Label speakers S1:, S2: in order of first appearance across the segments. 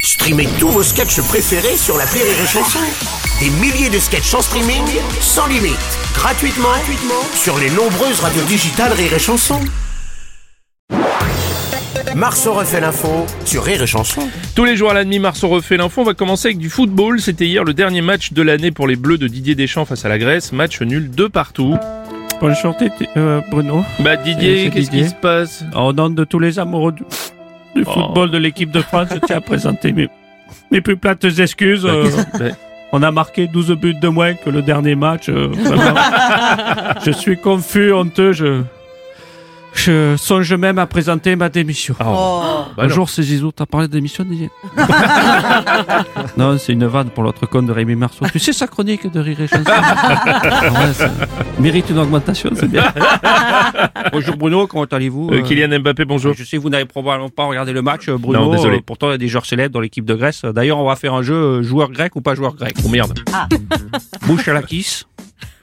S1: Streamez tous vos sketchs préférés sur la Rire et Chanson. Des milliers de sketchs en streaming, sans limite, gratuitement, gratuitement sur les nombreuses radios digitales Rire et Chanson. Marceau refait l'info sur Rire et Chanson.
S2: Tous les jours à la demi-mars, on refait l'info. On va commencer avec du football. C'était hier le dernier match de l'année pour les Bleus de Didier Deschamps face à la Grèce. Match nul de partout.
S3: Bonjour Titi- euh, Bruno.
S2: Bah
S3: Et
S2: Didier,
S3: c'est
S2: qu'est-ce qui
S3: Didier
S2: se passe
S3: En nom de tous les amoureux du, du football de l'équipe de France, je tiens à présenter mes, mes plus plates excuses.
S2: Bah,
S3: Euh,
S2: qu'est-ce- bah,
S3: on a marqué 12 buts de moins que le dernier match. euh, vraiment. je suis confus, honteux. Je, je songe même à présenter ma démission.
S2: oh. Bah,
S3: Un
S2: non.
S3: jour, c'est Zizou, t'as parlé de démission, Didier Non, c'est une vanne pour l'autre con de Rémi Marceau. Tu sais sa chronique de Rire et Chanson Ah ouais, ça Mérite une augmentation, c'est bien. Bonjour Bruno, comment allez-vous
S2: Euh, Kylian Mbappé, bonjour.
S3: Je sais, vous n'avez probablement pas regardé le match, euh, Bruno.
S2: Non, désolé.
S3: Euh, Pourtant, il y a des joueurs célèbres dans l'équipe de Grèce. Euh, D'ailleurs, on va faire un jeu euh, joueur grec ou pas joueur grec.
S2: Oh merde.
S3: Bouche à la kiss,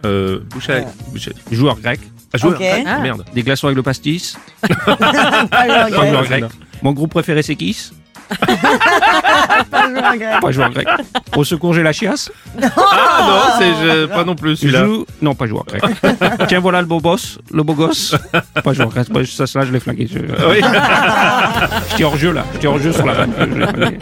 S2: Euh, bouche à- bouche à-
S3: joueur grec.
S2: Ah, joueur.
S4: Ok.
S2: Ah, Merde.
S3: Des glaçons avec le pastis,
S4: Pas le
S3: pas joueur
S4: regret,
S3: grec. Mon groupe préféré, c'est Kiss,
S4: pas le regret.
S3: pas joueur grec. Au secours, j'ai la chiasse.
S2: Ah non, c'est je- pas non plus celui-là.
S3: Joue- Non, pas joueur grec. Tiens, voilà le beau boss, le beau gosse. Pas joueur grec, moi, ça, ça, je l'ai flagué. Je-
S2: Oui.
S3: J'étais hors jeu, là. J'étais hors jeu sur la vanne. Je l'ai flagué.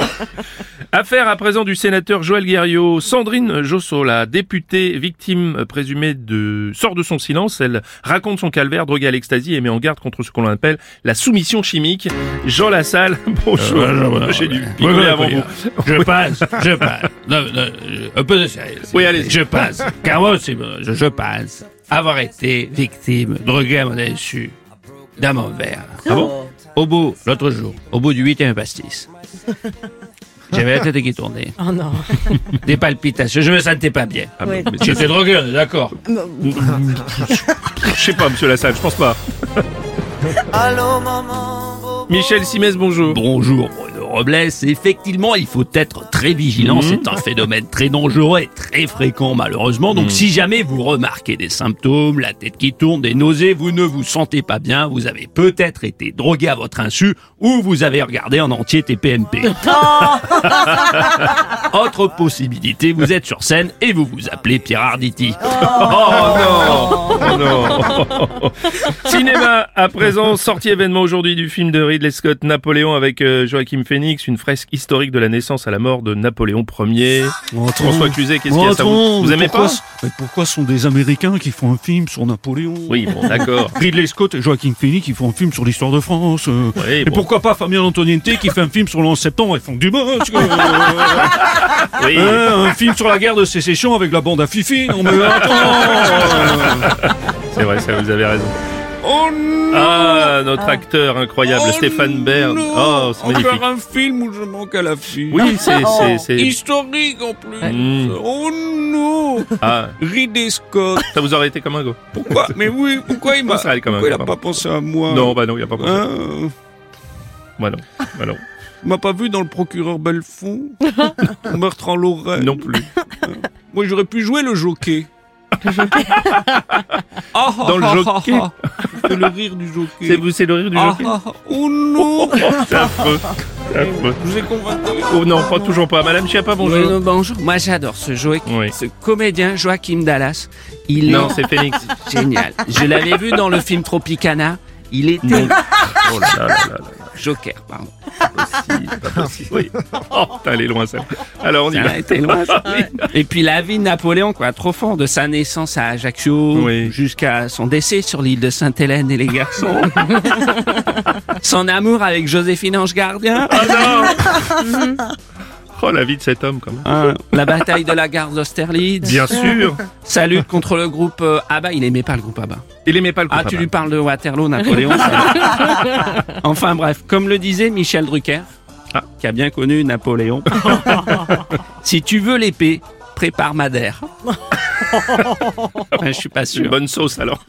S2: Affaire à présent du sénateur Joël Guerriot. Sandrine Josso, la députée victime présumée de... sort de son silence. Elle raconte son calvaire, droguée à l'ecstasy et met en garde contre ce qu'on appelle la soumission chimique. Jean Lassalle, bonjour.
S5: Euh,
S2: J'ai dû picoler
S5: oui,
S2: avant
S5: oui.
S2: vous.
S5: Je passe, je passe. Non, non, euh, un peu de sérieux. s'il
S2: Oui,
S5: vous
S2: allez-y.
S5: plaît. Je passe. Car moi, c'est bon, je, je passe. Avoir été victime, drogué à mon insu, dans mon verre. Ah bon Au bout, l'autre jour, au bout du huitième pastis. J'avais la tête qui tournait.
S4: Oh non.
S5: Des palpitations, je me sentais pas bien.
S2: Ah, mais-
S4: Oui.
S2: mais-
S5: J'étais drogué, on est d'accord.
S2: Je sais pas, monsieur Lassalle, je pense pas. Michel Simès, bonjour.
S5: Bonjour Bruno Robles. Effectivement, il faut être très vigilant. C'est un phénomène très dangereux et très fréquent malheureusement. Donc si jamais vous remarquez des symptômes, la tête qui tourne, des nausées, vous ne vous sentez pas bien, vous avez peut-être été drogué à votre insu ou vous avez regardé en entier TPMP. Autre possibilité, vous êtes sur scène et vous vous appelez Pierre Arditi.
S2: Oh non, Oh, non. Cinéma, à présent, sortie événement aujourd'hui du film de Ridley Scott Napoléon avec euh, Joachim Phoenix, une fresque historique de la naissance à la mort de Napoléon Ier. François Cluzet, qu'est-ce qu'il y a ça vous, vous aimez pas
S3: Mais pourquoi ce sont des Américains qui font un film sur Napoléon
S2: Oui, bon, d'accord.
S3: Ridley Scott et Joaquin Phoenix qui font un film sur l'histoire de France. euh.
S2: Oui,
S3: et
S2: bon.
S3: pourquoi pas Fabien Antoniente qui fait un film sur le 11 septembre et font du boss quoi.
S2: Oui.
S3: Hein, Un film sur la guerre de sécession avec la bande à Fifi Non mais attends
S2: C'est vrai, ça, vous avez raison. ah, notre acteur incroyable,
S3: Oh
S2: Stéphane Bern.
S3: non.
S2: Oh, c'est magnifique.
S3: Encore un Oh. film où je manque à la fille.
S2: Oui, c'est, c'est, c'est.
S3: Historique en plus.
S2: Mm.
S3: Oh non
S2: Ah,
S3: Ridley Scott.
S2: ça vous aurait été comme un go.
S3: Pourquoi Mais oui, pourquoi il m'a.
S2: Ça allait quand même,
S3: pourquoi il a
S2: pardon.
S3: pas pensé à moi
S2: Non, bah non, il n'y a pas pensé.
S3: Hein
S2: Bah non, bah non,
S3: Il m'a pas vu dans le procureur Belfond Meurtre en Lorraine.
S2: non plus.
S3: Moi, j'aurais pu jouer le jockey. Ah, ah,
S2: Dans le
S3: ah,
S2: jockey.
S3: ah, ah. C'est le rire du jockey.
S2: C'est, vous- c'est le rire du
S3: Ah,
S2: jockey
S3: ah, ah. Oh non
S2: Oh, c'est affreux. C'est affreux.
S3: Je vous ai convaincu.
S2: Oh non, pas toujours pas. Madame Chiappa,
S6: Oui,
S2: bonjour.
S6: non, bonjour. Moi, j'adore ce Joaquin,
S2: Oui.
S6: ce comédien Joachim Dallas. Il
S2: Non, c'est Phoenix.
S6: est génial. Je l'avais vu dans le film Tropicana. Il était
S2: Non. Oh là là là là.
S6: Joker, pardon.
S2: Oui. Oh, putain, elle est loin, celle. Alors, on y
S6: Ça
S2: va.
S6: a été loin, ça. Et puis la vie de Napoléon, quoi, trop fort, de sa naissance à Ajaccio
S2: Oui.
S6: jusqu'à son décès sur l'île de Sainte-Hélène et les garçons. son amour avec Joséphine Ange Gardien.
S2: Oh non Oh, la vie de cet homme, quand même.
S6: Hein, la bataille de la gare d'Austerlitz.
S2: Ah. Bien sûr.
S6: Sa lutte contre le groupe euh, ABBA. Il aimait pas le groupe ABBA.
S2: Il aimait pas le coup.
S6: Ah, tu lui parles de Waterloo, Napoléon. ça. enfin bref, comme le disait Michel Drucker,
S2: Ah.
S6: qui a bien connu Napoléon, si tu veux l'épée, prépare Madère. Ouais, Je suis pas sûr.
S2: Bonne sauce, alors.